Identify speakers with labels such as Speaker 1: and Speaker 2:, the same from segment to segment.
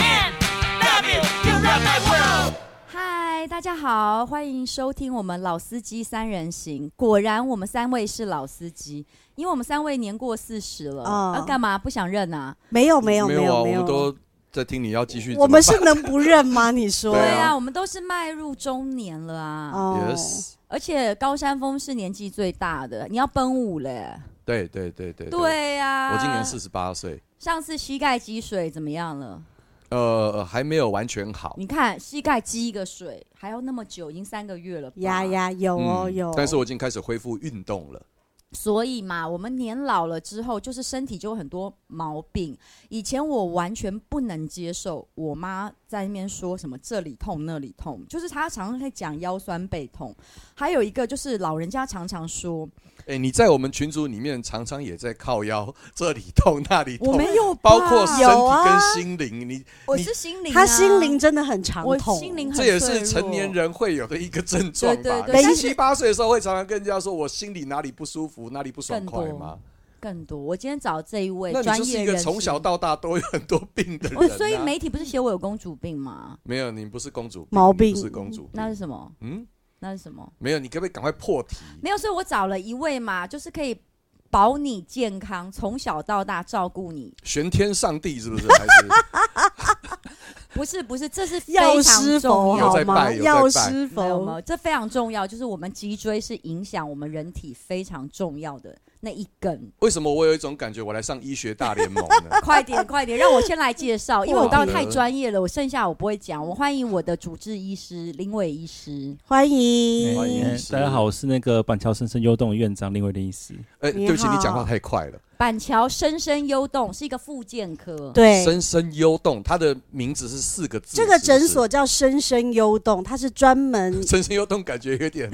Speaker 1: and W, you rock my world.
Speaker 2: 嗨，大家好，欢迎收听我们老司机三人行。果然，我们三位是老司机，因为我们三位年过四十了，
Speaker 3: 嗯
Speaker 4: 哦
Speaker 2: 要、啊干嘛？不想认啊？
Speaker 4: 没有没有
Speaker 3: 有啊，
Speaker 4: 有
Speaker 3: 我
Speaker 4: 没
Speaker 3: 们都在听你要继续怎么办。
Speaker 4: 我们是能不认吗？你说
Speaker 3: 对
Speaker 2: 对
Speaker 3: 啊嗯
Speaker 2: 啊，我们都是迈入中年了啊，
Speaker 4: 哦
Speaker 3: yes，
Speaker 2: 而且高山峰是年纪最大的，你要奔五嘞。
Speaker 3: 对对对对。
Speaker 2: 对啊呀、
Speaker 3: 我今年四，十八岁，
Speaker 2: 上次膝盖积水怎么样了？
Speaker 3: 呃，还没有完全好。
Speaker 2: 你看膝盖积一个水，还要那么久，已经三个月了吧。
Speaker 4: 呀呀有哦
Speaker 3: 嗯
Speaker 4: 有哦，
Speaker 3: 但是我已经开始恢复运动了。
Speaker 2: 所以嘛，我们年老了之后，就是身体就有很多毛病。以前我完全不能接受我妈在那边说什么这里痛那里痛，就是她常常在讲腰酸背痛。还有一个就是老人家常常说
Speaker 3: 哎，你在我们群组里面常常也在靠腰，这里痛那里
Speaker 2: 我
Speaker 3: 痛，
Speaker 2: 没有吧，
Speaker 3: 包括身
Speaker 4: 有
Speaker 3: 体
Speaker 4: 啊
Speaker 3: 跟心灵，你
Speaker 2: 我是心灵、啊，
Speaker 4: 他心灵真的很长
Speaker 2: 我
Speaker 4: 痛，
Speaker 2: 心灵很
Speaker 3: 这也
Speaker 2: 脆
Speaker 3: 是
Speaker 2: 弱
Speaker 3: 成年。人会有的一个症状吧？
Speaker 2: 对对对
Speaker 3: 你
Speaker 4: 但是
Speaker 3: 七八岁的时候会常常跟人家说我心里哪里不舒服，哪里不爽快
Speaker 2: 更多
Speaker 3: 吗？
Speaker 2: 更多。我今天找这一位
Speaker 3: 那你
Speaker 2: 专
Speaker 3: 就是
Speaker 2: 业
Speaker 3: 一
Speaker 2: 人
Speaker 3: 个
Speaker 2: 士，
Speaker 3: 从小到大都有很多病的人、
Speaker 2: 我
Speaker 3: 啊。
Speaker 2: 所以媒体不是写我有公主病吗？
Speaker 3: 没有，你不是公主病
Speaker 4: 毛
Speaker 3: 你
Speaker 4: 病
Speaker 3: 不是公主病
Speaker 2: 那是什么？
Speaker 3: 嗯。
Speaker 2: 那是什么？
Speaker 3: 没有，你可不可以赶快破题？
Speaker 2: 没有，所以我找了一位嘛，就是可以保你健康，从小到大照顾你。
Speaker 3: 玄天上帝是不 是？还是
Speaker 2: 不是不是，这是非
Speaker 4: 药师
Speaker 2: 常
Speaker 4: 佛
Speaker 2: 重
Speaker 3: 有
Speaker 4: 好
Speaker 2: 要
Speaker 3: 在
Speaker 4: 吗？
Speaker 3: 拜有在拜
Speaker 4: 药师
Speaker 2: 没有没
Speaker 4: 佛
Speaker 2: 有，这非常重要，就是我们脊椎是影响我们人体非常重要的那一 根。
Speaker 3: 为什么我有一种感觉，我来上医学大联盟呢？
Speaker 2: 快点快点，让我先来介 绍，因为我
Speaker 3: 哇
Speaker 2: 到太专业了，我剩下我不会讲。我欢迎我的主治医师林伟医师。
Speaker 4: 欢
Speaker 3: 欢迎
Speaker 4: 迎。
Speaker 3: 医师
Speaker 5: 哎大家好，我是那个板桥深深幽洞院长林伟林医师。
Speaker 3: 哎、
Speaker 4: 你
Speaker 3: 对不起，
Speaker 4: 好
Speaker 3: 你讲话太快了。
Speaker 2: 板桥深深幽洞是一个复健科，
Speaker 4: 对，
Speaker 3: 深深幽洞，它的名字是四个字。
Speaker 4: 这个
Speaker 3: 是不是
Speaker 4: 诊所叫深深幽动，它是专门
Speaker 3: 深深幽洞感觉有 点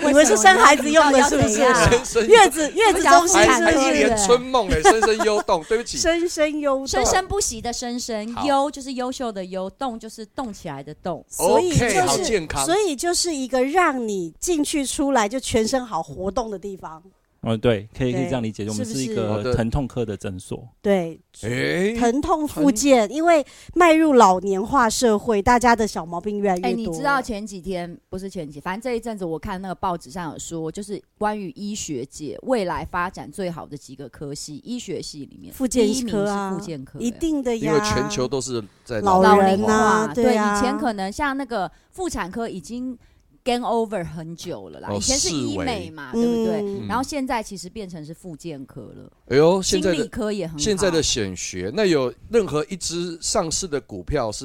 Speaker 4: 以为是生孩子用的，是不是
Speaker 2: 为什么要提到要怎？
Speaker 3: 深深
Speaker 4: 月子月子中心
Speaker 3: 还
Speaker 4: 是
Speaker 3: 还
Speaker 4: 不
Speaker 3: 一
Speaker 4: 是？
Speaker 3: 帘春 梦嘞，深深幽洞。对不起，
Speaker 4: 深深幽动，
Speaker 2: 生生不息的生生，
Speaker 3: 好
Speaker 2: 优就是优秀的优，动就是动起来的动。
Speaker 4: 所以
Speaker 3: OK，
Speaker 4: 就
Speaker 3: 好
Speaker 4: 是
Speaker 3: 健康
Speaker 4: 所以就是一个让你进去出来就全身好活动的地方。
Speaker 5: 哦，对，可以可以
Speaker 4: 对
Speaker 5: 这样理解，我们
Speaker 4: 是
Speaker 5: 是
Speaker 4: 不是
Speaker 5: 一
Speaker 3: 好的
Speaker 5: 个疼痛科的诊所。
Speaker 4: 对，
Speaker 3: 哎、
Speaker 4: 疼痛复健，因为迈入老年化社会，大家的小毛病越来越多。
Speaker 2: 哎、你知道前几天不是前几，反正这一阵子我看那个报纸上有说，就是关于医学界未来发展最好的几个科系，医学系里面
Speaker 4: 复健
Speaker 2: 第一名
Speaker 4: 科啊
Speaker 2: 是复健科、欸
Speaker 4: 一定的呀，
Speaker 3: 因为全球都是在
Speaker 4: 老
Speaker 2: 老
Speaker 4: 人
Speaker 2: 龄
Speaker 4: 啊
Speaker 2: 化，
Speaker 4: 对啊
Speaker 2: 以前可能像那个妇产科已经 game over 很久了啦，
Speaker 3: 哦
Speaker 2: 以前是
Speaker 3: 视为
Speaker 2: 医美嘛，
Speaker 4: 嗯
Speaker 2: 对不对？
Speaker 3: 嗯
Speaker 2: 然后现在其实变成是复健科了，
Speaker 3: 哎呦，
Speaker 2: 心
Speaker 3: 现在
Speaker 2: 理
Speaker 3: 的
Speaker 2: 科也很好。
Speaker 3: 现在的显学，那有任何一只上市的股票 是？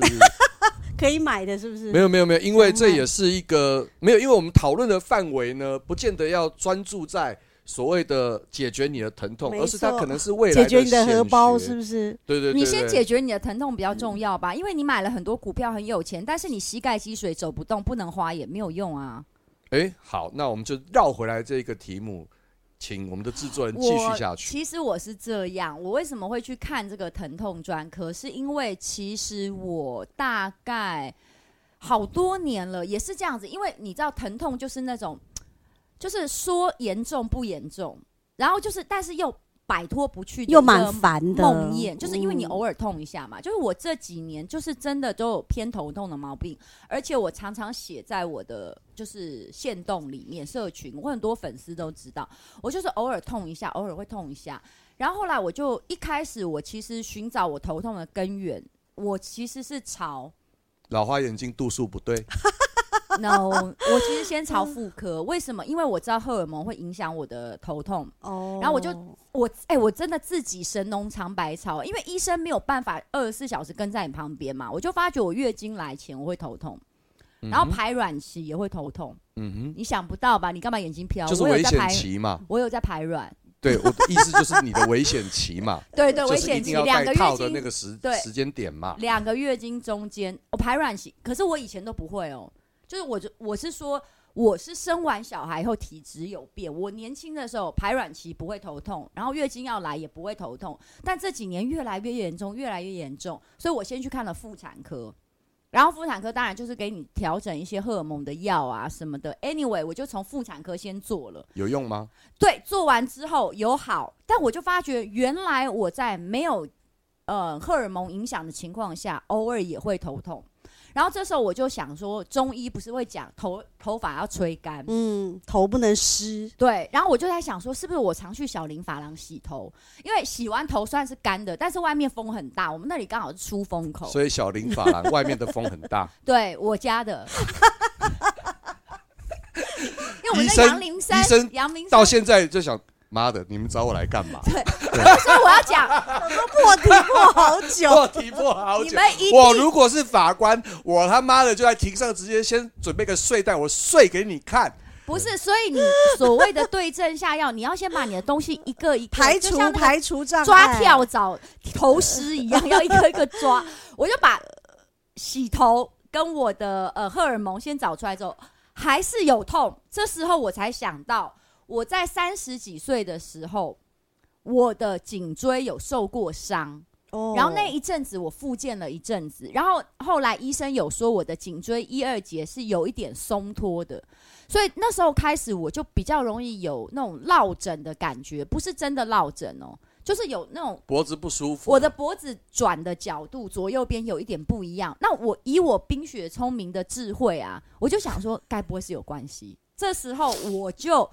Speaker 4: 可以买的，是不是？
Speaker 3: 没有没有没有，因为
Speaker 2: 想
Speaker 3: 这
Speaker 2: 买
Speaker 3: 也是一个没有，因为我们讨论的范围呢，不见得要专注在所谓的解决你的疼痛，
Speaker 4: 没错
Speaker 3: 而是它可能是未来
Speaker 4: 解决你的
Speaker 3: 的
Speaker 4: 荷包
Speaker 3: 显
Speaker 4: 是
Speaker 3: 学
Speaker 4: 不是？
Speaker 3: 对对对，
Speaker 2: 你先
Speaker 3: 对
Speaker 2: 解决你的疼痛比较重要吧，因为你买了很多股票很有钱，但是你膝盖积水走不动，不能花也没有用啊。
Speaker 3: 哎，好，那我们就绕回来这个题目，请我们的制作人继续下去。
Speaker 2: 其实我是这样，我为什么会去看这个疼痛专科，是因为其实我大概好多年了也是这样子，因为你知道疼痛就是那种，就是说严重不严重，然后就是但是又摆脱不去，
Speaker 4: 又蛮烦的。
Speaker 2: 梦魇，就是因为你
Speaker 4: 嗯
Speaker 2: 偶尔痛一下嘛。就是我这几年就是真的都有偏头痛的毛病，而且我常常写在我的就是线动里面，社群我很多粉丝都知道，我就是偶尔痛一下，偶尔会痛一下。然后后来我就一开始我其实寻找我头痛的根源，我其实是朝
Speaker 3: 老花眼睛度数不对，
Speaker 2: no，我其实先 朝妇科，为什么？因为我知道荷尔蒙会影响我的头痛。
Speaker 4: 哦
Speaker 2: 然后我就我哎、我真的自己神农尝百草，因为医生没有办法二十四小时跟在你旁边嘛，我就发觉我月经来前我会头痛，然后排卵期也会头痛，
Speaker 3: 嗯
Speaker 2: 你想不到吧？你干嘛眼睛飘？
Speaker 3: 哼，就是
Speaker 2: 我有
Speaker 3: 危
Speaker 2: 在
Speaker 3: 险
Speaker 2: 排，
Speaker 3: 期嘛。
Speaker 2: 我有在排卵，
Speaker 3: 对，我的意思就是你的危险期嘛，
Speaker 2: 对 对，
Speaker 3: 就
Speaker 2: 危
Speaker 3: 是一
Speaker 2: 险
Speaker 3: 定
Speaker 2: 期
Speaker 3: 要
Speaker 2: 两
Speaker 3: 戴
Speaker 2: 个
Speaker 3: 套
Speaker 2: 月
Speaker 3: 的那
Speaker 2: 经，
Speaker 3: 个时
Speaker 2: 对
Speaker 3: 时间点嘛。
Speaker 2: 哦两个月经中间我排卵期，可是我以前都不会哦，就是我就我是说。我是生完小孩后体质有变，我年轻的时候排卵期不会头痛，然后月经要来也不会头痛，但这几年越来越严重，越来越严重，所以我先去看了妇产科。然后妇产科当然就是给你调整一些荷尔蒙的药啊什么的。Anyway，我就从妇产科先做了。
Speaker 3: 有用吗？
Speaker 2: 对，做完之后有好，但我就发觉原来我在没有呃荷尔蒙影响的情况下，偶尔也会头痛。然后这时候我就想说，中医不是会讲头头发要吹干，
Speaker 4: 嗯，头不 能湿，
Speaker 2: 对，然后我就在想说，是不是我常去小林发廊洗头？因为洗完头虽然是干的，但是外面风很大，我们那里刚好是出风口。
Speaker 3: 所以小林法郎外面的风很 大，
Speaker 2: 对我家 的，因为我们
Speaker 3: 医
Speaker 2: 在
Speaker 3: 生
Speaker 2: 阳明山
Speaker 3: 医生，
Speaker 2: 阳明山
Speaker 3: 到，现在就想，妈的，你们找我来干 嘛？
Speaker 2: 所以我要讲，
Speaker 4: 破题破好 久，
Speaker 3: 我题目好
Speaker 2: 你
Speaker 3: 久
Speaker 2: 们。一
Speaker 3: 我
Speaker 2: 定
Speaker 3: 如果是法官，我他妈的就在庭上直接先准备个睡袋，我睡给你看。
Speaker 2: 不是，所以你所谓的对症下药，你要先把你的东西一个一个
Speaker 4: 排
Speaker 2: 就
Speaker 4: 除
Speaker 2: 像那个
Speaker 4: 排哎除障碍，
Speaker 2: 抓跳蚤、头虱一样，要一个一个抓。我就把洗头跟我的呃荷尔蒙先找出来之后，还是有痛。这时候我才想到，我在三十几岁的时候，我的颈椎有受过伤。
Speaker 4: 哦，
Speaker 2: 然后那一阵子我复健了一阵子，然后后来医生有说我的颈椎一二节是有一点松脱的，所以那时候开始我就比较容易有那种落枕的感觉，不是真的落枕哦，就是有那种
Speaker 3: 脖子不舒服，
Speaker 2: 我的脖子转的角度左右边有一点不一样。那我以我冰雪聪明的智慧啊，我就想说，该不会是有关 系？这时候我就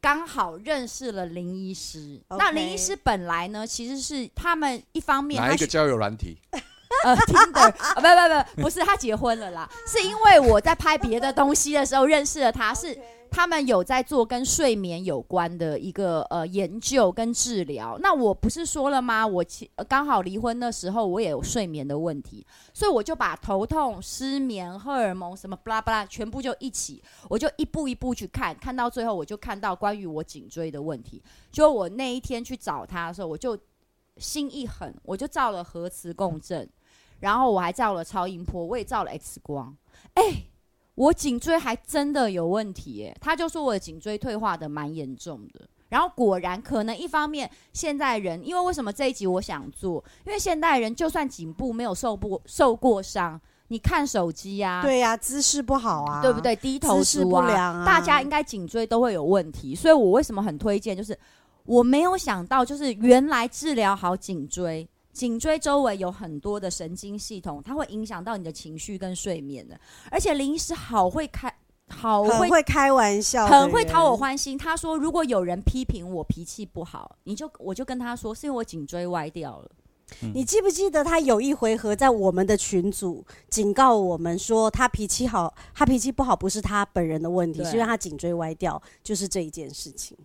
Speaker 2: 刚好认识了林医师。
Speaker 4: OK
Speaker 2: 那林医师本来呢，其实是他们一方面
Speaker 3: 哪
Speaker 2: 他
Speaker 3: 一个交友软体？
Speaker 2: 呃 Tinder 啊，不不不，不是他结婚了啦，是因为我在拍别的东西的时候认识了他，是他们有在做跟睡眠有关的一个呃研究跟治疗。那我不是说了吗？我其呃刚好离婚的时候，我也有睡眠的问题，所以我就把头痛、失眠、荷尔蒙什么巴拉巴拉全部就一起，我就一步一步去看，看到最后我就看到关于我颈椎的问题。就我那一天去找他的时候，我就心一狠，我就照了核磁共振，然后我还照了超音波，我也照了 X 光。哎、我颈椎还真的有问题耶、他就说我的颈椎退化的蛮严重的。然后果然，可能一方面现代人，因为为什么这一集我想做？因为现代人就算颈部没有受过受过伤，你看手机呀、
Speaker 4: 对呀，姿势不好啊，
Speaker 2: 对不？对？低头
Speaker 4: 姿势
Speaker 2: 族
Speaker 4: 不
Speaker 2: 啊，
Speaker 4: 良啊，
Speaker 2: 大家应该颈椎都会有问题，所以我为什么很推荐？就是我没有想到，就是原来治疗好颈椎，颈椎周围有很多的神经系统，它会影响到你的情绪跟睡眠的。而且林医师好会开，好
Speaker 4: 很
Speaker 2: 会
Speaker 4: 会开玩笑，
Speaker 2: 很会讨我。欢心。他说，如果有人批评我脾气不好，你就我就跟他说，是因为我颈椎歪掉了。
Speaker 4: 你记不记得他有一回合在我们的群组警告我们说，他脾气好，他脾气不好不是他本人的问题，
Speaker 2: 对
Speaker 4: 是因为他颈椎歪掉，就是这一件事情。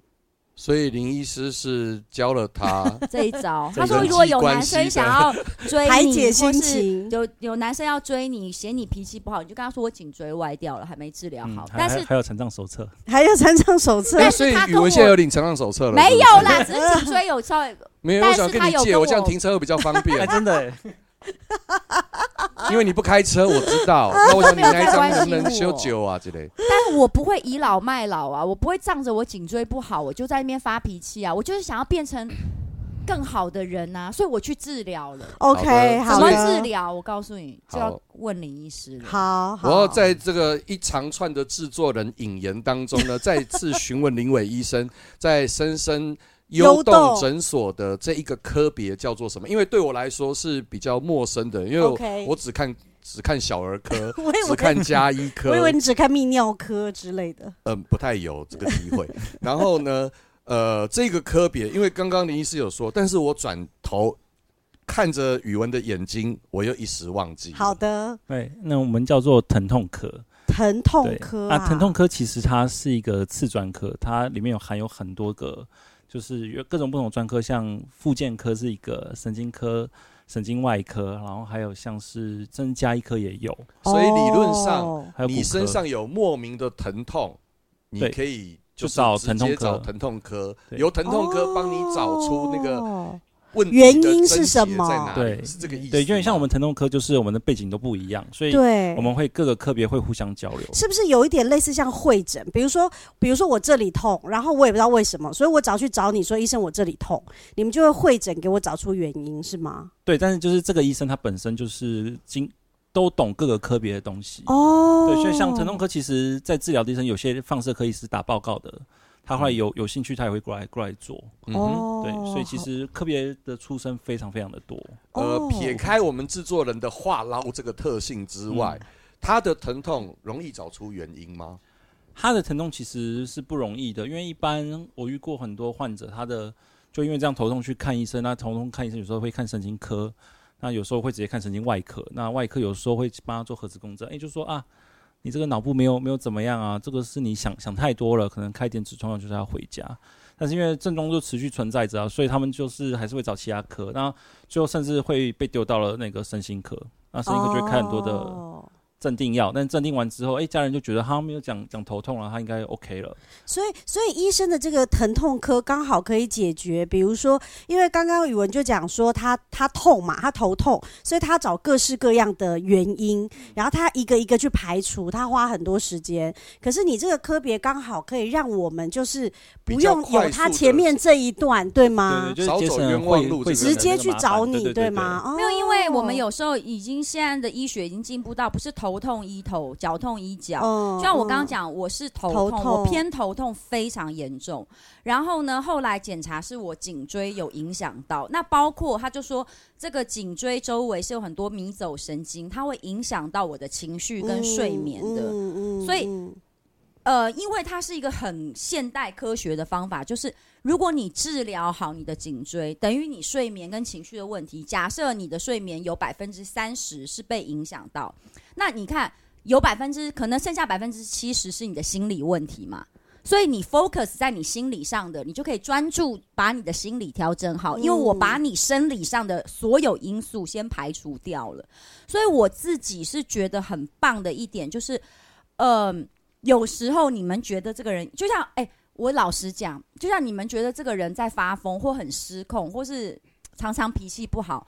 Speaker 3: 所以林医师是教 了他
Speaker 2: 这一 招。
Speaker 3: 这
Speaker 2: 他说，
Speaker 3: 人
Speaker 2: 如果
Speaker 3: 际
Speaker 2: 有
Speaker 3: 关
Speaker 2: 男
Speaker 3: 系
Speaker 2: 生
Speaker 3: 的
Speaker 2: 想要追你，
Speaker 4: 排解
Speaker 2: 或
Speaker 4: 心
Speaker 2: 是
Speaker 4: 情
Speaker 2: 有有男生要追你，嫌你脾气不好，你就跟他说我颈椎歪掉了，还没治疗
Speaker 5: 嗯
Speaker 2: 好。
Speaker 5: 还
Speaker 2: 但
Speaker 5: 还
Speaker 2: 是
Speaker 5: 还有成长手册，
Speaker 4: 还有三张手册，
Speaker 2: 但
Speaker 3: 哎
Speaker 2: 是
Speaker 3: 所以
Speaker 2: 他
Speaker 3: 语
Speaker 2: 跟我
Speaker 3: 文现在有领成长手册了，
Speaker 2: 没
Speaker 3: 是不
Speaker 2: 有
Speaker 3: 是
Speaker 2: 啦，只是颈椎有稍微
Speaker 3: 没有，
Speaker 2: 但
Speaker 3: 我
Speaker 2: 是
Speaker 3: 想跟
Speaker 2: 他
Speaker 3: 你
Speaker 2: 有
Speaker 3: 借，
Speaker 2: 跟
Speaker 3: 我这样
Speaker 2: 我
Speaker 3: 停车会比较方
Speaker 5: 哎，
Speaker 3: 便，
Speaker 5: 真的哎，
Speaker 3: 因为你不开车，我 知道。那我想你那一张能不
Speaker 2: 他
Speaker 3: 能
Speaker 2: 没有在关心
Speaker 3: 修
Speaker 2: 我
Speaker 3: 久啊之类？
Speaker 2: 但我不会倚老卖老啊，我不会仗着我颈椎不好，我就在那边发脾气啊，我就是想要变成更好的人啊，所以我去治疗了。
Speaker 4: OK，
Speaker 2: 怎
Speaker 3: 好
Speaker 4: 好
Speaker 2: 么
Speaker 3: 的
Speaker 2: 治
Speaker 4: 的，
Speaker 2: 疗？我告诉你，就
Speaker 3: 好
Speaker 2: 要问林医师了。
Speaker 4: 好好。
Speaker 3: 然后在这个一长串的制作人引言当中 呢，再次询问林伟医生，在深深幽
Speaker 4: 幽
Speaker 3: 动
Speaker 4: 动
Speaker 3: 诊所的这一个科别叫做什么？因为对我来说是比较陌生的，因为我
Speaker 4: OK
Speaker 3: 我只看只看小儿
Speaker 4: ，
Speaker 3: 科
Speaker 4: 我以
Speaker 3: 只
Speaker 4: 为
Speaker 3: 看加医科，
Speaker 4: 我以为你只看泌尿科之类的，
Speaker 3: 嗯，不太有这个机会。然后呢，呃，这个科别，因为刚刚林医师有说，但是我转头看着宇文的眼睛，我又一时忘记。
Speaker 4: 好，的，
Speaker 5: 对，那我们叫做疼痛科，
Speaker 4: 疼痛
Speaker 5: 对
Speaker 4: 科
Speaker 5: 啊，疼痛科其实它是一个次专科，它里面有含有很多个，就是有各种不同的专科，像复健科是一个，神经科、神经外科，然后还有像是增加医科也有，
Speaker 3: 所以理论上，
Speaker 4: 哦
Speaker 5: 还有骨
Speaker 3: 你
Speaker 5: 科
Speaker 3: 身上有莫名的疼痛，你
Speaker 5: 对
Speaker 3: 可以就是
Speaker 5: 就找
Speaker 3: 直
Speaker 5: 疼痛
Speaker 3: 接
Speaker 5: 科
Speaker 3: 找疼痛科，
Speaker 5: 对
Speaker 3: 由疼痛科帮你找出那个
Speaker 4: 哦
Speaker 3: 问题
Speaker 4: 原
Speaker 3: 的
Speaker 4: 因
Speaker 3: 症
Speaker 4: 是什
Speaker 3: 结
Speaker 4: 么
Speaker 3: 在哪里
Speaker 5: 对
Speaker 3: 是这个意思。
Speaker 5: 对，因为像我们。疼痛科，就是我们的背景都不一样，所以
Speaker 4: 对
Speaker 5: 我，们会各个科别会互相交流。
Speaker 4: 是不是有一点类似像会诊？比如说，比如说我这里痛，然后我也不知道为什么，所以我只要去找你说医生，我这里痛，你们就会会诊给我找出原因，是吗？
Speaker 5: 对，但是就是这个医生他本身就是经都懂各个科别的东西。
Speaker 4: 哦，
Speaker 5: 对，所以像疼痛科，其实在治疗的医生，有些放射科医师打报告的，他后来有有兴趣，他也会过来过来做。
Speaker 3: 嗯哼
Speaker 4: 哦，
Speaker 5: 对，所以其实科别的出身非常非常的多。
Speaker 4: 好
Speaker 3: 呃
Speaker 4: 哦，
Speaker 3: 撇开我们制作人的话唠这个特性之外，
Speaker 5: 嗯
Speaker 3: 他的疼痛容易找出原因吗？
Speaker 5: 他的疼痛其实是不容易的，因为一般我遇过很多患者，他的就因为这样头痛去看医生，那头痛看医生有时候会看神经科，那有时候会直接看神经外科，那外科有时候会帮他做核磁共振，诶，就说啊，你这个脑部没有没有怎么样啊，这个是你想想太多了，可能开点止痛药就是要回家。但是因为症状就持续存在着啊，所以他们就是还是会找其他科，那最后甚至会被丢到了那个身心科，那身心科就会开很多的
Speaker 4: 哦
Speaker 5: 镇定药，但镇定完之后，哎、家人就觉得他没有讲讲头痛了，他应该 OK 了。
Speaker 4: 所以，所以医生的这个疼痛科刚好可以解决，比如说，因为刚刚宇文就讲说他他痛嘛，他头痛，所以他找各式各样的原
Speaker 5: 嗯
Speaker 4: 因，然后他一个一个去排除，他花很多时间。可是你这个科别刚好可以让我们就是不
Speaker 3: 比较
Speaker 4: 用
Speaker 3: 快
Speaker 4: 有他
Speaker 3: 速地
Speaker 4: 前面这一段，对吗？
Speaker 5: 对对，
Speaker 3: 少
Speaker 5: 就是节
Speaker 3: 走
Speaker 5: 省
Speaker 3: 冤
Speaker 5: 会
Speaker 3: 枉路
Speaker 5: 会
Speaker 3: 这
Speaker 5: 省
Speaker 3: 个
Speaker 4: 直
Speaker 3: 人
Speaker 5: 那
Speaker 4: 接
Speaker 5: 个
Speaker 4: 去
Speaker 5: 麻烦
Speaker 4: 找
Speaker 5: 对
Speaker 4: 你，
Speaker 5: 对对
Speaker 4: 吗？？哦
Speaker 2: 没有，因为我们有时候已经现在的医学已经进步到不是头痛医头，脚痛医脚，
Speaker 4: 嗯
Speaker 2: 就像我刚刚
Speaker 4: 嗯
Speaker 2: 讲，我是头
Speaker 4: 头
Speaker 2: 痛，
Speaker 4: 痛
Speaker 2: 我偏头痛非常严重。然后呢，后来检查是我颈椎有影响到，那包括他就说这个颈椎周围是有很多迷走神经，它会影响到我的情绪跟睡眠的。
Speaker 4: 嗯
Speaker 2: 所以
Speaker 4: 嗯
Speaker 2: 呃，因为它是一个很现代科学的方法，就是如果你治疗好你的颈椎，等于你睡眠跟情绪的问题。假设你的睡眠有百分之三十是被影响到，那你看有百分之可能剩下百分之七十是你的心理问题嘛？所以你 focus 在你心理上的，你就可以专注把你的心理调整好，因为我把你生理上的所有因素先排除掉了。所以我自己是觉得很棒的一点就是，嗯、有时候你们觉得这个人，就像哎、我老实讲，就像你们觉得这个人在发疯或很失控，或是常常脾气不好，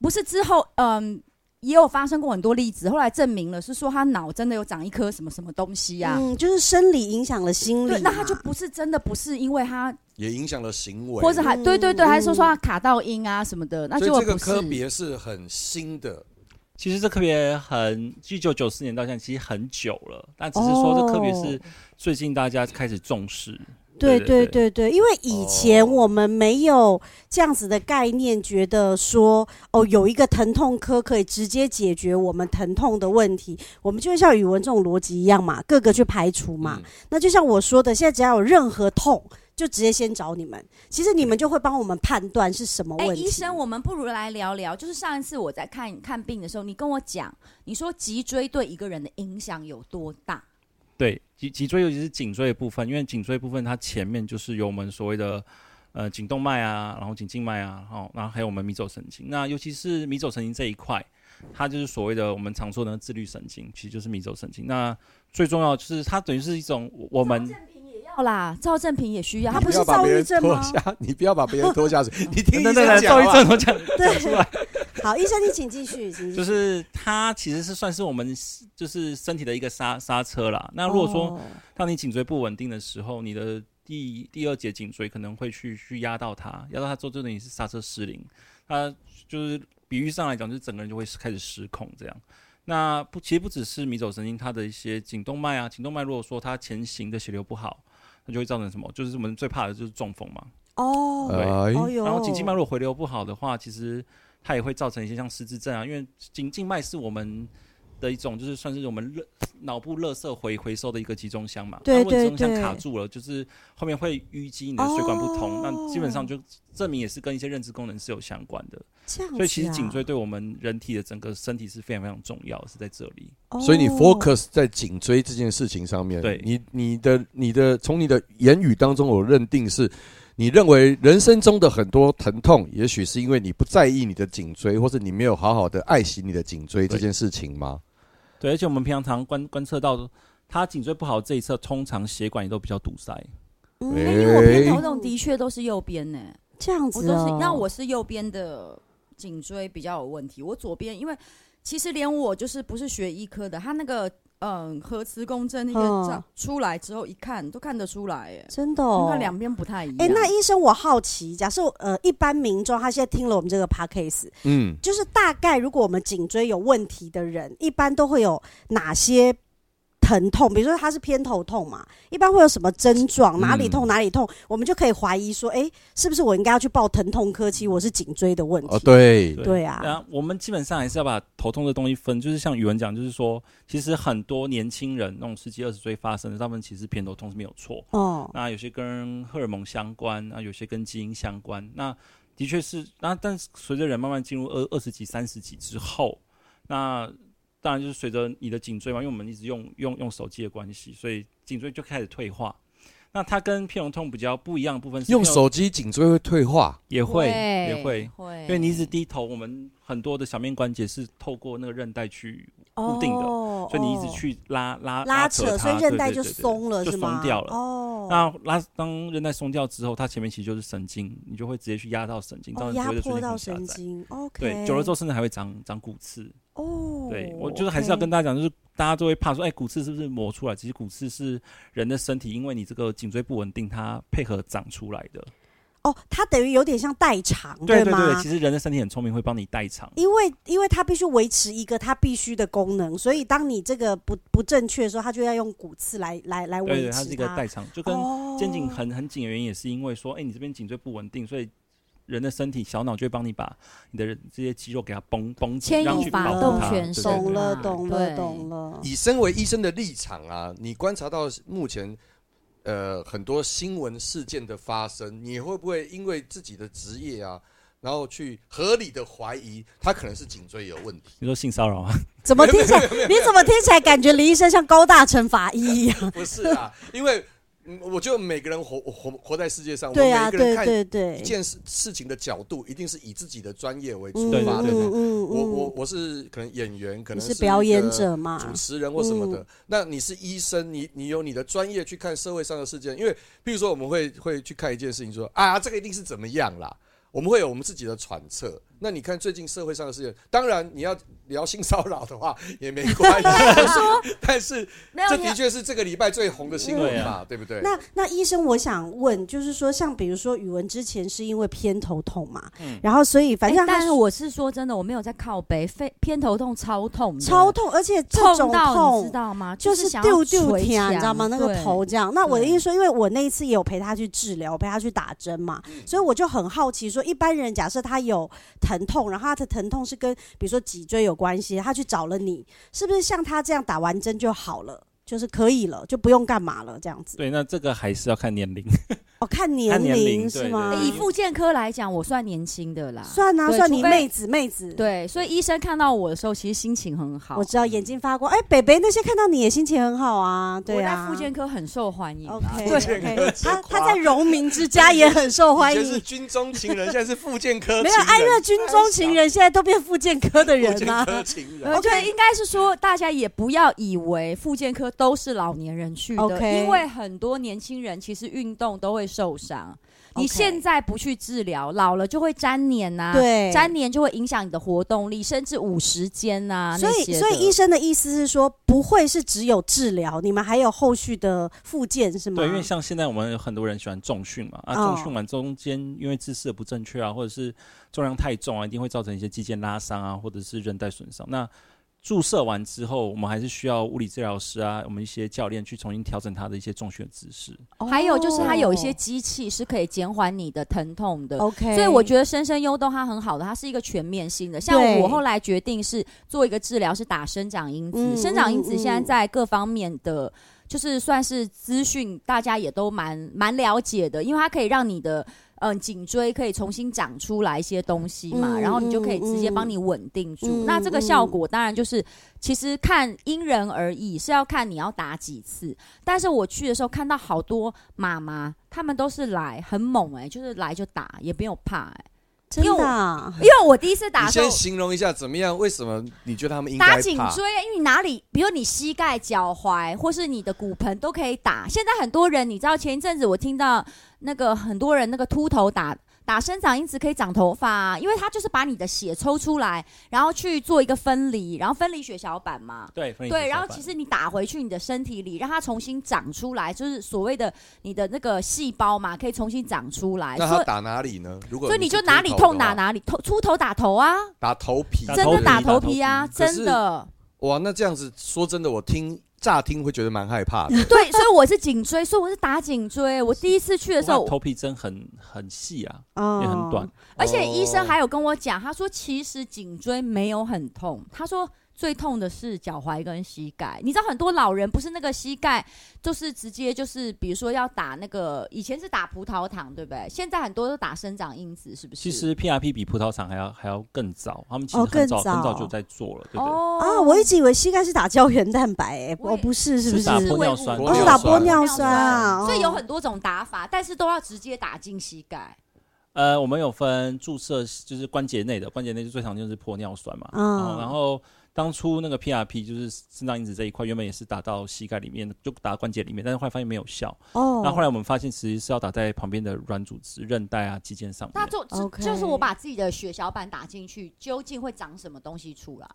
Speaker 2: 不是之后嗯。也有发生过很多例子，后来证明了是说他脑真的有长一颗什么什么东西呀、
Speaker 4: 嗯，就是生理影响了心理嘛，
Speaker 2: 对，
Speaker 3: 啊
Speaker 2: 那他就不是真的不是因为他，
Speaker 3: 也影响了行为，
Speaker 2: 或者还对对对，
Speaker 4: 嗯
Speaker 2: 还是说说他卡到音啊什么的，那
Speaker 3: 所
Speaker 2: 就
Speaker 3: 以这
Speaker 2: 不
Speaker 3: 个
Speaker 2: 是。
Speaker 3: 科别是很新的，
Speaker 5: 其实这科别很，一九九四年到现在其实很久了，但只是说这科别是最近大家开始重视。
Speaker 4: 对
Speaker 5: 对
Speaker 4: 对对对，因为以前
Speaker 3: 哦
Speaker 4: 我们没有这样子的概念，觉得说哦，有一个疼痛科可以直接解决我们疼痛的问题，我们就会像语文这种逻辑一样嘛，各个去排除嘛。
Speaker 3: 嗯
Speaker 4: 那就像我说的，现在只要有任何痛，就直接先找你们，其实你们就会帮我们判断是什么
Speaker 2: 哎、
Speaker 4: 问题。
Speaker 2: 医生，我们不如来聊聊，就是上一次我在看看病的时候，你跟我讲，你说脊椎对一个人的影响有多大？
Speaker 5: 对，脊脊椎尤其是颈椎的部分，因为颈椎部分它前面就是有我们所谓的呃颈动脉啊，然后颈静脉啊，哦，然后还有我们迷走神经。那尤其是迷走神经这一块，它就是所谓的我们常说的自律神经，其实就是迷走神经。那最重要就是它等于是一种我我们
Speaker 2: 要啦，赵正平也需要，他不
Speaker 3: 你不
Speaker 2: 是
Speaker 3: 要把
Speaker 4: 躁
Speaker 3: 别
Speaker 4: 郁
Speaker 3: 人
Speaker 4: 症
Speaker 3: 拖
Speaker 4: 吗
Speaker 3: 下， 你不要把别人 拖下水，你听医
Speaker 5: 等
Speaker 3: 生
Speaker 5: 等等，
Speaker 3: 讲
Speaker 5: 赵
Speaker 3: 啊
Speaker 5: 医
Speaker 3: 话
Speaker 5: 正我讲讲出
Speaker 4: 对
Speaker 5: 来，
Speaker 4: 好，医生你请继续，请继续
Speaker 5: 就是它其实是算是我们就是身体的一个刹刹车啦。那如果说、
Speaker 4: 哦
Speaker 5: 当你颈椎不稳定的时候，你的第第二节颈椎可能会去去压到它，压到它之后，就等于是刹车失灵，它就是比喻上来讲，就是整个人就会开始失控这样。那不，其实不只是迷走神经，它的一些颈动脉啊，颈动脉如果说它前行的血流不好，那就会造成什么？就是我们最怕的就是中风嘛。
Speaker 4: 哦，
Speaker 3: 哎
Speaker 4: 哦哟，
Speaker 5: 然后颈静脉如果回流不好的话，其实它也会造成一些像失智症啊，因为颈静脉是我们的一种，就是算是我们热脑部热色回回收的一个集中箱嘛。
Speaker 4: 对
Speaker 5: 那如果
Speaker 4: 对
Speaker 5: 集中箱
Speaker 4: 对哦
Speaker 5: 卡住了，就是后面会淤积你的血管不通，那基本上就证明也是跟一些认知功能是有相关的。
Speaker 4: 这样子啊、
Speaker 5: 所以其实颈椎对我们人体的整个身体是非常非常重要，是在这里。
Speaker 4: 哦，
Speaker 3: 所以你 focus 在颈椎这件事情上面，
Speaker 5: 对
Speaker 3: 你你的你的从你的言语当中，我认定是，你认为人生中的很多疼痛，也许是因为你不在意你的颈椎，或是你没有好好的爱惜你的颈椎这件事情吗？
Speaker 5: 对，而且我们平常常观观测到，他颈椎不好这一侧，通常血管也都比较堵塞。
Speaker 4: 嗯，
Speaker 3: 哎
Speaker 2: 因为我偏头痛的确都是右边呢、
Speaker 4: 这样
Speaker 2: 我
Speaker 4: 子
Speaker 2: 都是
Speaker 4: 哦。，
Speaker 2: 那我是右边的颈椎比较有问题，我左边因为其实连我就是不是学医科的，他那个嗯核磁共振那个
Speaker 4: 嗯
Speaker 2: 照出来之后一看都看得出来，哎，
Speaker 4: 真的
Speaker 2: 你
Speaker 4: 哦
Speaker 2: 看。两边不太一样。
Speaker 4: 哎、那医生，我好奇，假设呃，一般民众他现在听了我们这个 podcast，
Speaker 3: 嗯，
Speaker 4: 就是大概如果我们颈椎有问题的人，一般都会有哪些疼痛？比如说他是偏头痛嘛，一般会有什么症 状？哪里痛哪里痛，我们就可以怀疑说，哎、是不是我应该要去报疼痛科？其实我是颈椎的问题。
Speaker 3: 哦，对，
Speaker 4: 对啊
Speaker 5: 那我们基本上还是要把头痛的东西分，就是像宇文讲，就是说，其实很多年轻人那种十几二十岁发生的，大部分其实偏头痛是没有错。
Speaker 4: 哦，
Speaker 5: 那有些跟荷尔蒙相关，那有些跟基因相关。那的确是，那但是随着人慢慢进入二二十几、三十几之后，那当然就是随着你的颈椎嘛，因为我们一直用用用手机的关系，所以颈椎就开始退化。那它跟偏头痛比较不一样的部分是，
Speaker 3: 用手机颈椎会退化，
Speaker 5: 也会也会，
Speaker 2: 会，
Speaker 5: 因为你一直低头，我们很多的小面关节是透过那个韧带去，固定的
Speaker 4: 哦
Speaker 5: 所以你一直去拉
Speaker 2: 哦
Speaker 5: 拉
Speaker 4: 拉
Speaker 5: 扯它，
Speaker 4: 所以韧带就
Speaker 5: 对对对对
Speaker 4: 松了，
Speaker 5: 就是
Speaker 4: 吗？
Speaker 5: 松掉了。
Speaker 4: 哦，
Speaker 5: 那拉当韧带松掉之后，它前面其实就是神经，你就会直接去压到神经，造
Speaker 4: 哦
Speaker 5: 成
Speaker 4: 压
Speaker 5: 所谓的
Speaker 4: 迫
Speaker 5: 椎间
Speaker 4: 到
Speaker 5: 盘狭
Speaker 4: 神
Speaker 5: 窄。
Speaker 4: 经，OK，
Speaker 5: 对，久了之后甚至还会长长骨刺。
Speaker 4: 哦，
Speaker 5: 对我就是还是要
Speaker 4: OK
Speaker 5: 跟大家讲，就是大家都会怕说，哎，骨刺是不是磨出来？其实骨刺是人的身体，因为你这个颈椎不稳定，它配合长出来的。
Speaker 4: 哦，它等于有点像代偿，
Speaker 5: 对对
Speaker 4: 吗？
Speaker 5: 对，其实人的身体很聪明，会帮你代偿。
Speaker 4: 因为因为它必须维持一个它必须的功能，所以当你这个不不正确的时候，它就要用骨刺来来来
Speaker 5: 对对，
Speaker 4: 维
Speaker 5: 它是
Speaker 4: 持
Speaker 5: 一个代偿，就跟
Speaker 4: 哦
Speaker 5: 肩颈很很紧的原因也是因为说，哎、你这边颈椎不稳定，所以人的身体小脑就会帮你把你的这些肌肉给它绷绷紧，
Speaker 2: 牵
Speaker 5: 让
Speaker 2: 引
Speaker 5: 去
Speaker 2: 法
Speaker 5: 保护
Speaker 2: 动
Speaker 5: 它
Speaker 2: 全
Speaker 5: 对对
Speaker 2: 身
Speaker 5: 对
Speaker 4: 懂了
Speaker 2: 嘛
Speaker 4: 懂了
Speaker 2: 对
Speaker 4: 懂了，
Speaker 3: 以身为医生的立场啊，你观察到目前呃很多新闻事件的发生，你会不会因为自己的职业啊，然后去合理的怀疑他可能是颈椎有问题？
Speaker 5: 你说性骚扰啊？
Speaker 4: 怎么听起来？你怎么听起来感觉李医生像高大成法医一样？
Speaker 3: 不是啊，因为嗯我觉得每个人活活活在世界上，我
Speaker 4: 对
Speaker 3: 们
Speaker 4: 啊，
Speaker 3: 每个人
Speaker 4: 对
Speaker 3: 看
Speaker 4: 对
Speaker 3: 一
Speaker 4: 对，
Speaker 3: 件事事情的角度，一定是以自己的专业为出
Speaker 4: 嗯
Speaker 5: 对
Speaker 3: 发
Speaker 5: 对
Speaker 3: 的
Speaker 5: 对。
Speaker 4: 嗯嗯
Speaker 3: 我我我是可能演员，可
Speaker 4: 你
Speaker 3: 能
Speaker 4: 是
Speaker 3: 一
Speaker 4: 表演
Speaker 3: 个
Speaker 4: 者嘛？
Speaker 3: 主持人或什
Speaker 4: 嗯
Speaker 3: 么的。那你是医生，你你有你的专业去看社会上的事件，因为譬如说我们会会去看一件事情说啊，这个一定是怎么样啦。我们会有我们自己的揣测。那你看最近社会上的事件，当然你要聊性骚扰的话也没关
Speaker 4: 啊
Speaker 3: 系，但是
Speaker 6: 没有
Speaker 3: 这
Speaker 6: 你
Speaker 3: 的确是这个礼拜最红的新闻
Speaker 5: 对
Speaker 3: 嘛，
Speaker 5: 啊
Speaker 3: 对不对？
Speaker 4: 那那医生，我想问，就是说，像比如说宇文之前是因为偏头痛嘛，
Speaker 5: 嗯
Speaker 4: 然后所以反正
Speaker 2: 哎但
Speaker 4: 他
Speaker 2: 是我是说真的，我没有在靠背，非偏头痛超
Speaker 5: 嗯
Speaker 2: 痛的，
Speaker 4: 超痛，而且这
Speaker 2: 痛
Speaker 4: 种
Speaker 2: 到你知
Speaker 4: 痛
Speaker 2: 道吗？
Speaker 4: 就是是
Speaker 2: 想要
Speaker 4: 丢丢
Speaker 2: 捶
Speaker 4: 天啊，
Speaker 2: 墙
Speaker 4: 你知道吗？那个
Speaker 2: 对
Speaker 4: 头这样。那我的
Speaker 2: 对
Speaker 4: 意思说，因为我那一次也有陪他去治疗，陪他去打针嘛，
Speaker 5: 嗯
Speaker 4: 所以我就很好奇说，一般人假设他有疼痛，然后他的疼痛是跟比如说脊椎有关系，他去找了你，是不是像他这样打完针就好了？就是可以了，就不用干嘛了，这样子。
Speaker 5: 对，那这个还是要看年龄。
Speaker 4: 哦，看
Speaker 5: 看年
Speaker 4: 龄
Speaker 5: 龄
Speaker 4: 是
Speaker 5: 对
Speaker 4: 吗
Speaker 2: 哎
Speaker 5: 对？
Speaker 2: 以附健科来讲，我算年轻的啦。
Speaker 4: 算啊，
Speaker 2: 对
Speaker 4: 算
Speaker 2: 除
Speaker 4: 你
Speaker 2: 非
Speaker 4: 妹子妹子。
Speaker 2: 对，所以医生看到我的时候，其实心情很好
Speaker 4: 我。知道眼睛发光。哎、北北那些看到你也心情很好啊，对
Speaker 2: 我在
Speaker 4: 啊。
Speaker 2: 妇健科很受欢迎啊。
Speaker 4: OK
Speaker 2: 对
Speaker 4: OK，他他在荣民之家也很受欢
Speaker 3: 以前
Speaker 4: 迎
Speaker 3: 是。军中情人，现在是附件科情人，哎
Speaker 4: 没有哀乐军中情人，现在都变附健科的人啊啦、
Speaker 2: 啊
Speaker 3: 附件科情 人
Speaker 2: 我觉得应该是说，大家也不要以为妇健科都是老年人去的
Speaker 4: OK
Speaker 2: 因为很多年轻人其实运动都会受伤。你
Speaker 4: OK
Speaker 2: 现在不去治疗，老了就会粘黏呐、
Speaker 4: 对
Speaker 2: 粘黏就会影响你的活动力，甚至五十肩呐、
Speaker 4: 所
Speaker 2: 啊那些
Speaker 4: 以，
Speaker 2: 的
Speaker 4: 所以医生的意思是说，不会是只有治疗，你们还有后续的复健是吗？
Speaker 5: 对，因为像现在我们有很多人喜欢重训嘛，啊，
Speaker 4: 哦
Speaker 5: 重训完中间因为姿势的不正确啊，或者是重量太重啊，一定会造成一些肌腱拉伤啊，或者是韧带损伤。那注射完之后，我们还是需要物理治疗师啊，我们一些教练去重新调整他的一些重训的姿势。
Speaker 2: 哦还有就是它有一些
Speaker 4: 哦
Speaker 2: 机器是可以减缓你的疼痛的。
Speaker 4: OK，
Speaker 2: 所以我觉得深深优动它很好的，它是一个全面性的。像
Speaker 4: 对
Speaker 2: 我后来决定是做一个治疗，是打生长因
Speaker 4: 嗯
Speaker 2: 子。生长因
Speaker 4: 嗯
Speaker 2: 子
Speaker 4: 嗯
Speaker 2: 现在在各方面的，就是算是资讯，大家也都蛮蛮了解的，因为它可以让你的嗯颈椎可以重新长出来一些东西嘛，
Speaker 4: 嗯
Speaker 2: 然后你就可以直接
Speaker 4: 嗯
Speaker 2: 帮你稳定
Speaker 4: 嗯
Speaker 2: 住。那这个效
Speaker 4: 嗯
Speaker 2: 果当然就是其实看因人而异，是要看你要打几次。但是我去的时候看到好多妈妈，她们都是来很猛哎、就是来就打，也没有怕哎、
Speaker 4: 真
Speaker 2: 因为
Speaker 4: 的
Speaker 2: 我
Speaker 4: 啊、
Speaker 2: 因为我第一次打
Speaker 3: 你
Speaker 2: 的时候
Speaker 3: 先形容一下怎么样？为什么你觉得他们应该
Speaker 2: 打颈
Speaker 3: 怕
Speaker 2: 椎，因为你哪里，比如你膝盖、脚踝，或是你的骨盆都可以打。现在很多人，你知道前一阵子我听到那个很多人那个秃头打打生长因子可以长头发、啊，因为它就是把你的血抽出来，然后去做一个分离，然后分离血小板嘛。
Speaker 5: 对分离
Speaker 2: 对，
Speaker 5: 血
Speaker 2: 然
Speaker 5: 小
Speaker 2: 后
Speaker 5: 板
Speaker 2: 其实你打回去你的身体里，让它重新长出来，就是所谓的你的那个细胞嘛，可以重新长出来。
Speaker 3: 那
Speaker 2: 所
Speaker 3: 他
Speaker 2: 以
Speaker 3: 打哪里呢？如果
Speaker 2: 所以你就
Speaker 3: 是
Speaker 2: 哪里
Speaker 3: 秃头的
Speaker 2: 痛打
Speaker 3: 话，
Speaker 2: 哪里，头出头打头啊，
Speaker 3: 打头皮，
Speaker 5: 打
Speaker 2: 真
Speaker 5: 头
Speaker 2: 的
Speaker 5: 皮
Speaker 2: 打头
Speaker 5: 打头
Speaker 2: 皮啊，
Speaker 5: 皮
Speaker 3: 可是
Speaker 2: 真的。
Speaker 3: 哇，那这样子说真的，我听乍听会觉得蛮 害怕的。
Speaker 2: 对，所以我是颈椎，所以我是打颈椎。我第一次去的时候，哦
Speaker 5: 头皮针很很细啊，
Speaker 4: 哦
Speaker 5: 也很短。
Speaker 2: 而且医生还有跟我讲，他说其实颈椎没有很痛，他说最痛的是脚踝跟膝盖。你知道很多老人不是那个膝盖，就是直接就是比如说要打那个，以前是打葡萄糖，对不对？现在很多都打生长因子，是不是？
Speaker 5: 其实 PRP 比葡萄糖还要还要更早，他们其实
Speaker 4: 哦
Speaker 5: 很
Speaker 4: 更
Speaker 5: 早
Speaker 4: 早
Speaker 5: 很早就在做了，对不对？
Speaker 2: 哦
Speaker 4: 啊，我一直以为膝盖是打胶原蛋白、欸，
Speaker 2: 我也
Speaker 4: 哦，不是，是不
Speaker 5: 是打
Speaker 4: 是
Speaker 5: 玻？尿酸，
Speaker 3: 我
Speaker 4: 哦，
Speaker 3: 玻
Speaker 4: 是
Speaker 3: 尿
Speaker 4: 打
Speaker 3: 酸
Speaker 4: 玻尿酸啊，
Speaker 2: 所以
Speaker 4: 哦
Speaker 2: 有很多种打法，但是都要直接打进膝盖。
Speaker 5: 呃，我们有分注射，就是关节内的，关节内就最常见就是玻尿酸嘛。
Speaker 4: 嗯
Speaker 5: 然后然后当初那个 PRP 就是生长因子这一块，原本也是打到膝盖里面，就打到关节里面，但是后来发现没有效。
Speaker 4: 哦
Speaker 5: 然后后来我们发现，其实是要打在旁边的软组织、韧带啊、肌腱上
Speaker 2: 那
Speaker 5: 面。
Speaker 2: 就就
Speaker 4: OK
Speaker 2: 就是我把自己的血小板打进去，究竟会长什么东西出来？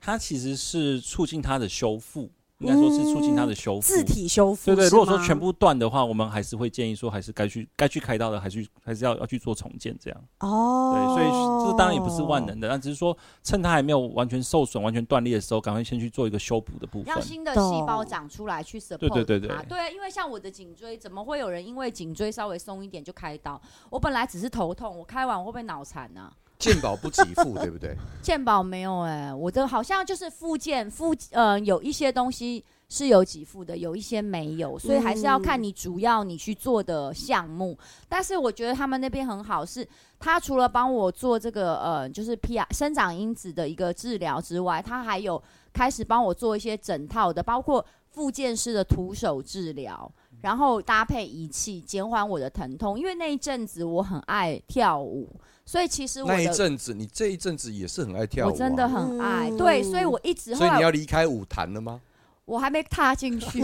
Speaker 5: 它其实是促进它的修复，应该说是促进它的修复。
Speaker 4: 自体修复，
Speaker 5: 对对，
Speaker 4: 是
Speaker 5: 如果说
Speaker 4: 吗
Speaker 5: 全部断的话，我们还是会建议说，还是该去该去开刀的，还去还是要要去做重建这样。
Speaker 4: 哦，
Speaker 5: 对，所以这当然也不是万能的，但只是说趁它还没有完全受损、完全断裂的时候，赶快先去做一个修补的部分
Speaker 2: 让。新的细胞长出来去 support
Speaker 5: 对对对对
Speaker 2: 它对，因为像我的颈椎，怎么会有人因为颈椎稍微松一点就开刀？我本来只是头痛，我开完我会不会脑残啊呢、
Speaker 3: 健保不给付，对不对？
Speaker 2: 健保没有哎、我的好像就是附件附呃有一些东西是有给付的，有一些没有，所以还是要
Speaker 3: 嗯
Speaker 2: 看你主要你去做的项目。但是我觉得他们那边很好是，他除了帮我做这个呃就是 P R 生长因子的一个治疗之外，他还有开始帮我做一些整套的，包括附件式的徒手治疗。然后搭配仪器减缓我的疼痛，因为那一阵子我很爱跳舞，所以其实我
Speaker 3: 那
Speaker 2: 的
Speaker 3: 一阵子，你这一阵子也是很爱跳舞、啊，
Speaker 2: 我真的很爱，
Speaker 4: 嗯
Speaker 2: 对，所以我一直后
Speaker 3: 所以你
Speaker 2: 来
Speaker 3: 要离开舞坛了 吗？
Speaker 2: 我还没踏进去，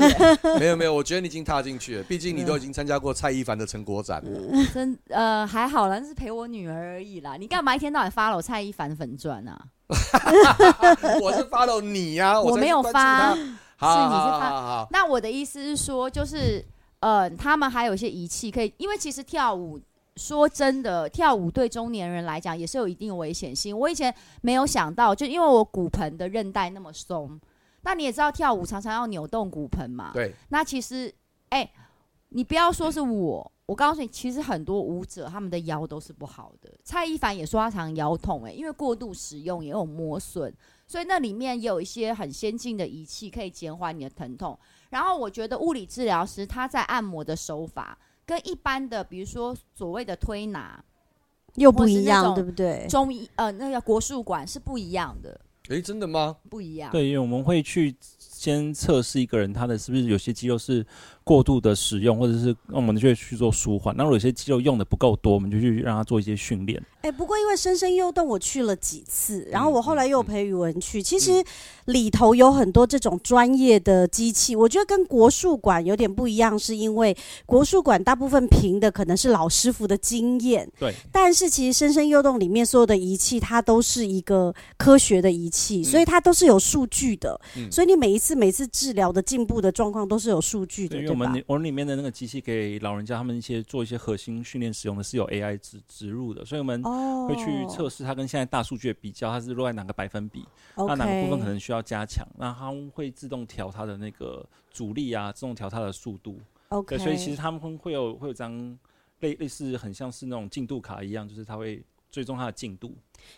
Speaker 3: 没有没有，我觉得你已经踏进去了，毕竟你都已经参加过蔡依凡的成果展 了。
Speaker 2: 真呃还好啦，那是陪我女儿而已啦。你干嘛一天到晚发了蔡依凡粉钻啊？
Speaker 3: 我是 follow 你呀、
Speaker 2: 我
Speaker 3: 才
Speaker 2: 没
Speaker 3: 去
Speaker 2: 有
Speaker 3: 关注
Speaker 2: 发
Speaker 3: 他。好
Speaker 2: 是你是
Speaker 3: 好
Speaker 2: 发
Speaker 3: 好好，
Speaker 2: 那我的意思是说，就是呃，他们还有一些仪器可以，因为其实跳舞。说真的，跳舞对中年人来讲也是有一定危险性。我以前没有想到，就因为我骨盆的韧带那么松，那你也知道跳舞常常要扭动骨盆嘛。
Speaker 3: 对，
Speaker 2: 那其实，哎、你不要说是我，我告诉你，其实很多舞者他们的腰都是不好的。蔡依凡也说她常腰痛、哎，因为过度使用也有磨损，所以那里面也有一些很先进的仪器可以减缓你的疼痛。然后我觉得物理治疗师他在按摩的手法跟一般的，比如说所谓的推拿、
Speaker 4: 又不一
Speaker 2: 或是那
Speaker 4: 样，
Speaker 2: 种
Speaker 4: 对不对？
Speaker 2: 中医呃那个国术馆是不一样的，
Speaker 3: 诶，真的吗？
Speaker 2: 不一样。
Speaker 5: 对，因为我们会去先测试一个人他的是不是有些肌肉是过度的使用，或者是那我们就会去做舒缓。那如果有些肌肉用的不够多，我们就去让他做一些训练。
Speaker 4: 哎、不过因为深深幽动，我去了几
Speaker 5: 嗯
Speaker 4: 次，然后我后来又陪宇文去。其实里头有很多这种专业的机器，我觉得跟国术馆有点不一样，是因为国术馆大部分凭的可能是老师傅的经验，
Speaker 5: 对，
Speaker 4: 但是其实深深幽动里面所有的仪器，它都是一个科学的仪器，
Speaker 5: 嗯
Speaker 4: 所以它都是有数据的。
Speaker 3: 嗯
Speaker 4: 所以你每一次每次治疗的进步的状况都是有数据的，
Speaker 5: 对，因
Speaker 4: 对
Speaker 5: 为我们
Speaker 4: 吧
Speaker 5: 里？我们里面的那个机器给老人家他们一些做一些核心训练使用的是有 AI 植植入的，所以我们
Speaker 4: 哦
Speaker 5: 会去测试它跟现在大数据的比较，它是落在哪个百分比。
Speaker 4: ，OK，
Speaker 5: 那哪个部分可能需要加强？那它会自动调它的那个阻力啊，自动调它的速度。
Speaker 4: OK，
Speaker 5: 对，所以其实他们会有会有张类类似很像是那种进度卡一样，就是它会追踪它的进度。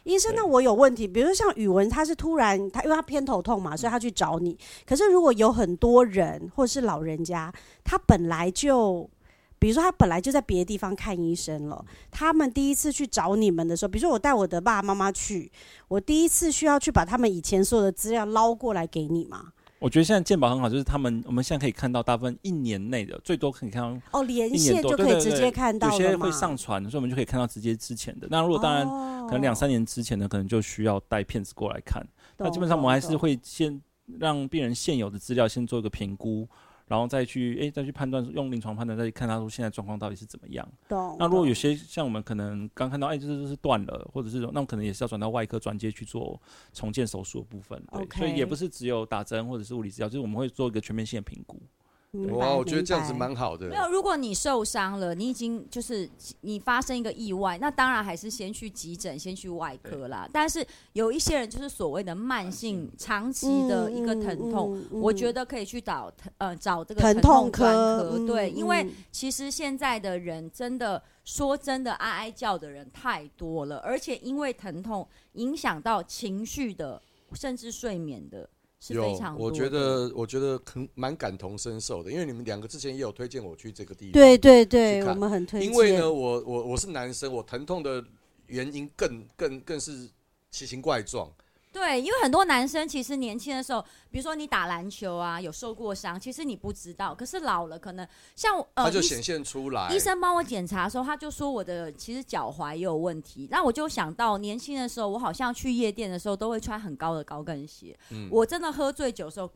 Speaker 4: 医生，
Speaker 5: 对
Speaker 4: 那我有问题，比如像宇文，他是突然他因为他偏头痛
Speaker 5: 嗯
Speaker 4: 嘛，所以他去找你。可是如果有很多人或是老人家，他本来就，比如说他本来就在别的地方看医生了，
Speaker 5: 嗯
Speaker 4: 他们第一次去找你们的时候，比如说我带我的爸爸妈妈去，我第一次需要去把他们以前所有的资料捞过来给你嘛？
Speaker 5: 我觉得现在健保很好，就是他们我们现在可以看到大部分一年内的，最多可以看到
Speaker 4: 哦，连
Speaker 5: 一年
Speaker 4: 线
Speaker 5: 多
Speaker 4: 就可
Speaker 5: 对
Speaker 4: 以
Speaker 5: 对
Speaker 4: 直
Speaker 5: 对
Speaker 4: 接看到
Speaker 5: 有些
Speaker 4: 了嘛？哦
Speaker 5: 会上传，所以我们就可以看到直接之前的。那如果当然
Speaker 4: 然
Speaker 5: 可能两三年之前的，可能就需要带骗子过来看。那基本上我们还是会先让病人现有的资料先做一个评估，然后再去诶再去判断，用临床判断再去看他说现在状况到底是怎么样。
Speaker 4: 懂。
Speaker 5: 那如果有
Speaker 4: 懂
Speaker 5: 些像我们可能刚看到，哎，这这是断了，或者是那我可能也是要转到外科专接去做重建手术的部分，对
Speaker 4: OK
Speaker 5: 所以也不是只有打针或者是物理治疗，就是我们会做一个全面性的评估。
Speaker 4: 明白
Speaker 3: 哇，我觉得
Speaker 4: 明
Speaker 3: 这样子
Speaker 4: 白
Speaker 3: 蛮好的
Speaker 2: 没。有，如果你受伤了，你已经就是你发生一个意外，那当然还是先去急诊，先去外科啦。但是有一些人就是所谓的慢性、长
Speaker 4: 嗯
Speaker 2: 期的一个疼痛，，我觉
Speaker 4: 得
Speaker 2: 得可以去找疼呃找这个
Speaker 4: 嗯疼
Speaker 2: 痛专
Speaker 4: 科嗯
Speaker 2: 对，因为
Speaker 4: 嗯
Speaker 2: 其实现在的人真的说真的，哀哀叫的人太多了，而且因为疼痛影响到情绪的，甚至睡眠的，是
Speaker 3: 有
Speaker 2: 非常，多
Speaker 3: 我觉
Speaker 2: 的
Speaker 3: 得我觉得很蛮感同身受的，因为你们两个之前也有推荐我去这个地方。
Speaker 4: 对对对，
Speaker 3: 去
Speaker 4: 我
Speaker 3: 看
Speaker 4: 们很推荐。
Speaker 3: 因为呢，我我我是男生，我疼痛的原因更更更是奇形怪状。
Speaker 2: 哦对，因为很多男生其实年轻的时候，比如说你打篮球啊，有受过伤，其实你不知道，可是老了可能像我
Speaker 3: 它
Speaker 2: 呃
Speaker 3: 就
Speaker 2: 医
Speaker 3: 显现出来。
Speaker 2: 医生帮我检查的时候，他就说我的其实脚踝也有问题。那我就想到年轻的时候，我好像去夜店的时候都会穿很高的高跟鞋。
Speaker 3: 嗯
Speaker 2: 我真的喝醉酒的时候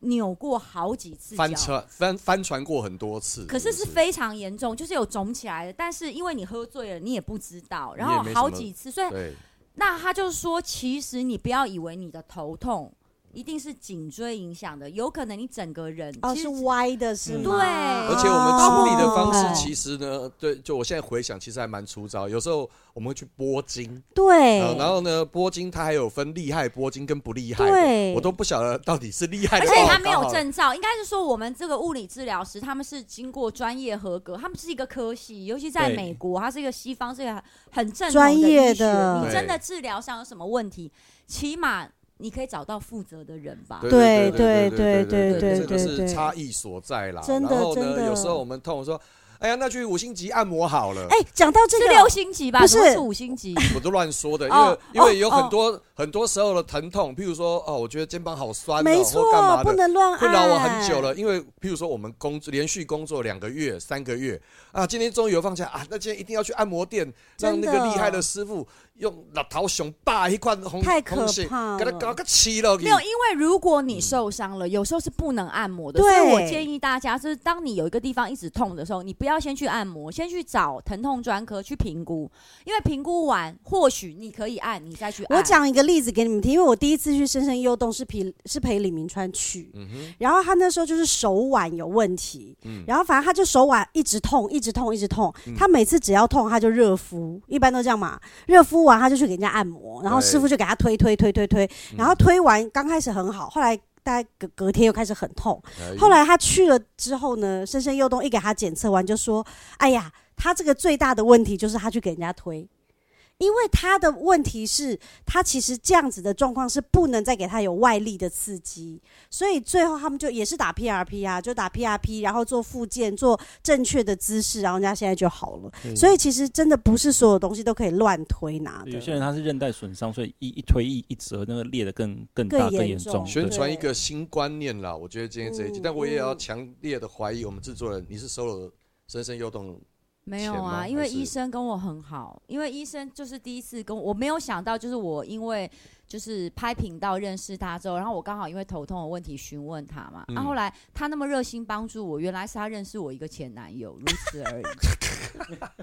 Speaker 2: 扭过好几次
Speaker 3: 翻
Speaker 2: 脚，
Speaker 3: 船翻翻船过很多次，
Speaker 2: 可是
Speaker 3: 是
Speaker 2: 是
Speaker 3: 不是
Speaker 2: 非常严重，就是有肿起来的。但是因为你喝醉了，你也不知道，然
Speaker 3: 你也
Speaker 2: 后
Speaker 3: 没什
Speaker 2: 好
Speaker 3: 么
Speaker 2: 几次，所以
Speaker 3: 对
Speaker 2: 那他就说，其实你不要以为你的头痛一定是颈椎影响的，有可能你整个人
Speaker 4: 哦
Speaker 2: 其
Speaker 4: 是
Speaker 2: 实
Speaker 4: 歪的是吗，
Speaker 5: 嗯
Speaker 2: 对
Speaker 3: 而且我们处理的方
Speaker 4: 哦
Speaker 3: 式，其实呢，对，就我现在回想，其实还蛮粗糙。有时候我们会去拨筋，
Speaker 4: 对
Speaker 3: 呃，然后呢，拨筋它还有分厉害拨筋跟不厉害的，
Speaker 4: 对
Speaker 3: 我都不晓得到底是厉害的
Speaker 2: 而
Speaker 3: 哦。
Speaker 2: 且他没
Speaker 3: 刚
Speaker 2: 有
Speaker 3: 好
Speaker 2: 证照，应该是说我们这个物理治疗师他们是经过专业合格，他们是一个科系，尤其在
Speaker 5: 对
Speaker 2: 美国，它是一个西方，是一个很正统
Speaker 4: 专业
Speaker 2: 医学
Speaker 4: 的
Speaker 2: 你真的治疗上有什么问题，起码你可以找到负责的人吧。
Speaker 3: 对
Speaker 4: 对对
Speaker 3: 对
Speaker 2: 对
Speaker 3: 这
Speaker 4: 对
Speaker 3: 个
Speaker 4: 对
Speaker 3: 是差异所在啦。
Speaker 4: 真的
Speaker 3: 然后
Speaker 4: 真
Speaker 3: 呢，
Speaker 4: 的
Speaker 3: 有时候我们痛说，哎呀，那去五星级按摩好了。
Speaker 4: 哎，讲到这
Speaker 2: 是
Speaker 4: 个，
Speaker 2: 六星级吧？
Speaker 4: 不是
Speaker 2: 怎么是五星级？
Speaker 3: 我都乱说的，因为
Speaker 2: 哦
Speaker 3: 因为有
Speaker 2: 哦
Speaker 3: 很多很多时候的疼痛，譬如说哦，我觉得肩膀好酸
Speaker 4: 没
Speaker 3: 哦，或干
Speaker 4: 错，
Speaker 3: 嘛
Speaker 4: 不
Speaker 3: 的，
Speaker 4: 能乱按。
Speaker 3: 困扰我很久了。因为譬如说我们工作连续工作两个月、三个月啊，今天终于有放假啊，那今天一定要去按摩店，让
Speaker 4: 真
Speaker 3: 那
Speaker 4: 的
Speaker 3: 个厉害的师傅用老头熊霸一块红
Speaker 4: 太可
Speaker 3: 红线
Speaker 4: 怕了
Speaker 3: 给他搞个齐了。
Speaker 2: 没有，因为如果你受伤了，有时候是不能按摩的。所
Speaker 4: 嗯对
Speaker 2: 以我建议大家，就是当你有一个地方一直痛的时候，你不要先去按摩，先去找疼痛专科去评估，因为评估完，或许你可以按，你再去按。
Speaker 4: 我讲一个例子给你们听，因为我第一次去深深幽洞是陪是陪李明川去，然后他那时候就是手腕有问题，然后反正他就手腕一直痛，一直痛，一直痛。他每次只要痛，他就热敷，一般都这样嘛。热敷完他就去给人家按摩，然后
Speaker 3: 对
Speaker 4: 师傅就给他推推推推推，然后推完刚开始很好，后来大概隔隔天又开始很痛，
Speaker 3: 哎
Speaker 4: 后来他去了之后呢，深深幽洞一给他检测完就说：“哎呀，他这个最大的问题就是他去给人家推，因为他的问题是，他其实这样子的状况是不能再给他有外力的刺激，所以最后他们就也是打 PRP 啊，就打 PRP，然后做复健，做正确的姿势，然后人家现在就好了。所以其实真的不是所有东西都可以乱推拿的。
Speaker 5: 有些人他是韧带损伤，所以一一推一一折，那个裂的更更
Speaker 4: 更
Speaker 5: 大更
Speaker 4: 严
Speaker 5: 严
Speaker 4: 重
Speaker 2: 哦
Speaker 5: 重。
Speaker 3: 宣
Speaker 5: 对
Speaker 3: 传一个新观念啦，我觉得今天这一集，
Speaker 4: 嗯
Speaker 3: 但我也要
Speaker 4: 嗯
Speaker 3: 强烈的怀疑我们制作人，你是收了深深幽洞
Speaker 2: 没有
Speaker 3: 钱吗
Speaker 2: 啊，
Speaker 3: 还
Speaker 2: 因为
Speaker 3: 是
Speaker 2: 医生跟我很好，因为医生就是第一次跟我，我没有想到，就是我因为就是拍频道认识他之后，然后我刚好因为头痛的问题询问他嘛，
Speaker 3: 嗯
Speaker 2: 然、后来他那么热心帮助我，原来是他认识我一个前男友，如此而已。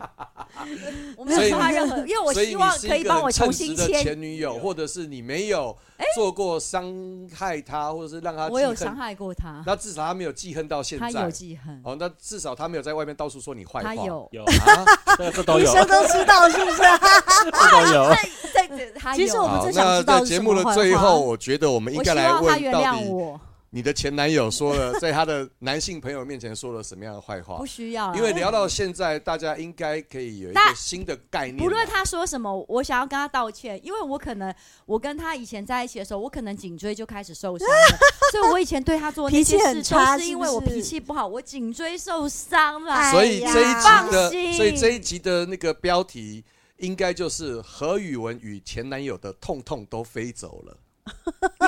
Speaker 2: 我没有
Speaker 3: 所以
Speaker 2: 说他任何，因为我
Speaker 3: 所以
Speaker 2: 希
Speaker 3: 你
Speaker 2: 望
Speaker 3: 是
Speaker 2: 可
Speaker 3: 一
Speaker 2: 以
Speaker 3: 个
Speaker 2: 帮
Speaker 3: 很
Speaker 2: 我
Speaker 3: 称
Speaker 2: 重
Speaker 3: 职
Speaker 2: 新
Speaker 3: 的
Speaker 2: 签。哎
Speaker 3: 前女友，或者是你没有做过伤害他，或者是让他
Speaker 2: 我有
Speaker 3: 记
Speaker 2: 伤
Speaker 3: 恨，
Speaker 2: 害过他，
Speaker 3: 那至少他没有记恨到现
Speaker 2: 他有
Speaker 3: 在。
Speaker 2: 记恨，
Speaker 3: 哦，那至少他没有在外面到处说你坏话。
Speaker 2: 他有，
Speaker 5: 有
Speaker 3: 啊，
Speaker 5: 这这都
Speaker 4: 医
Speaker 5: 有，
Speaker 4: 生都知道是不是？
Speaker 5: 这都有。
Speaker 2: 对对，他有。
Speaker 4: 其实我们
Speaker 3: 好
Speaker 4: 最想
Speaker 3: 那
Speaker 4: 知道
Speaker 3: 在
Speaker 4: 是
Speaker 3: 节
Speaker 4: 什
Speaker 3: 目
Speaker 4: 么
Speaker 3: 的
Speaker 4: 坏
Speaker 3: 最
Speaker 4: 话
Speaker 3: 后，我觉得我们应
Speaker 2: 我
Speaker 3: 该
Speaker 2: 希
Speaker 3: 来
Speaker 2: 望他
Speaker 3: 问
Speaker 2: 原
Speaker 3: 到
Speaker 2: 谅
Speaker 3: 底
Speaker 2: 我，
Speaker 3: 你的前男友说了，在他的男性朋友面前说了什么样的 坏话
Speaker 2: 不？需要啦，
Speaker 3: 因为聊到现在，大家应该可以有一
Speaker 2: 大
Speaker 3: 个新的概念吧。啊
Speaker 2: 不论他说什么，我想要跟他道歉，因为我可能我跟他以前在一起的时候，我可能颈椎就开始受 伤了，所以我以前对他做那些
Speaker 4: 脾气
Speaker 2: 事
Speaker 4: 很差
Speaker 2: 都是因为我
Speaker 4: 是不是
Speaker 2: 脾气不好，我颈椎受伤了。
Speaker 4: 哎
Speaker 3: 所以
Speaker 4: 呀
Speaker 3: 这一集
Speaker 2: 放
Speaker 3: 的，
Speaker 2: 心
Speaker 3: 所以这一集的那个标题应该就是何宇文与前男友的痛痛都飞走了。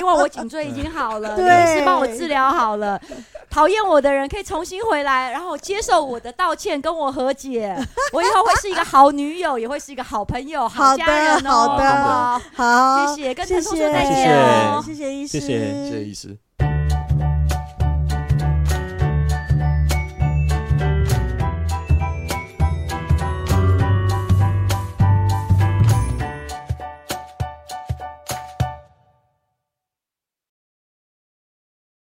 Speaker 2: 因为我颈椎已经好了，
Speaker 4: 对
Speaker 2: 也是帮我治疗好了。讨厌我的人可以重新回来，然后接受我的道歉，跟我和解。我以后会是一个好女友，也会是一个好朋友、
Speaker 4: 好的
Speaker 2: 家人哦。
Speaker 4: 好的
Speaker 2: 好不好
Speaker 4: 好，
Speaker 2: 谢谢跟
Speaker 4: 谢
Speaker 2: 陈同学
Speaker 4: 谢，
Speaker 2: 再
Speaker 5: 见哦
Speaker 4: 谢谢医师，
Speaker 5: 谢谢
Speaker 2: 嗯
Speaker 3: 谢谢医师。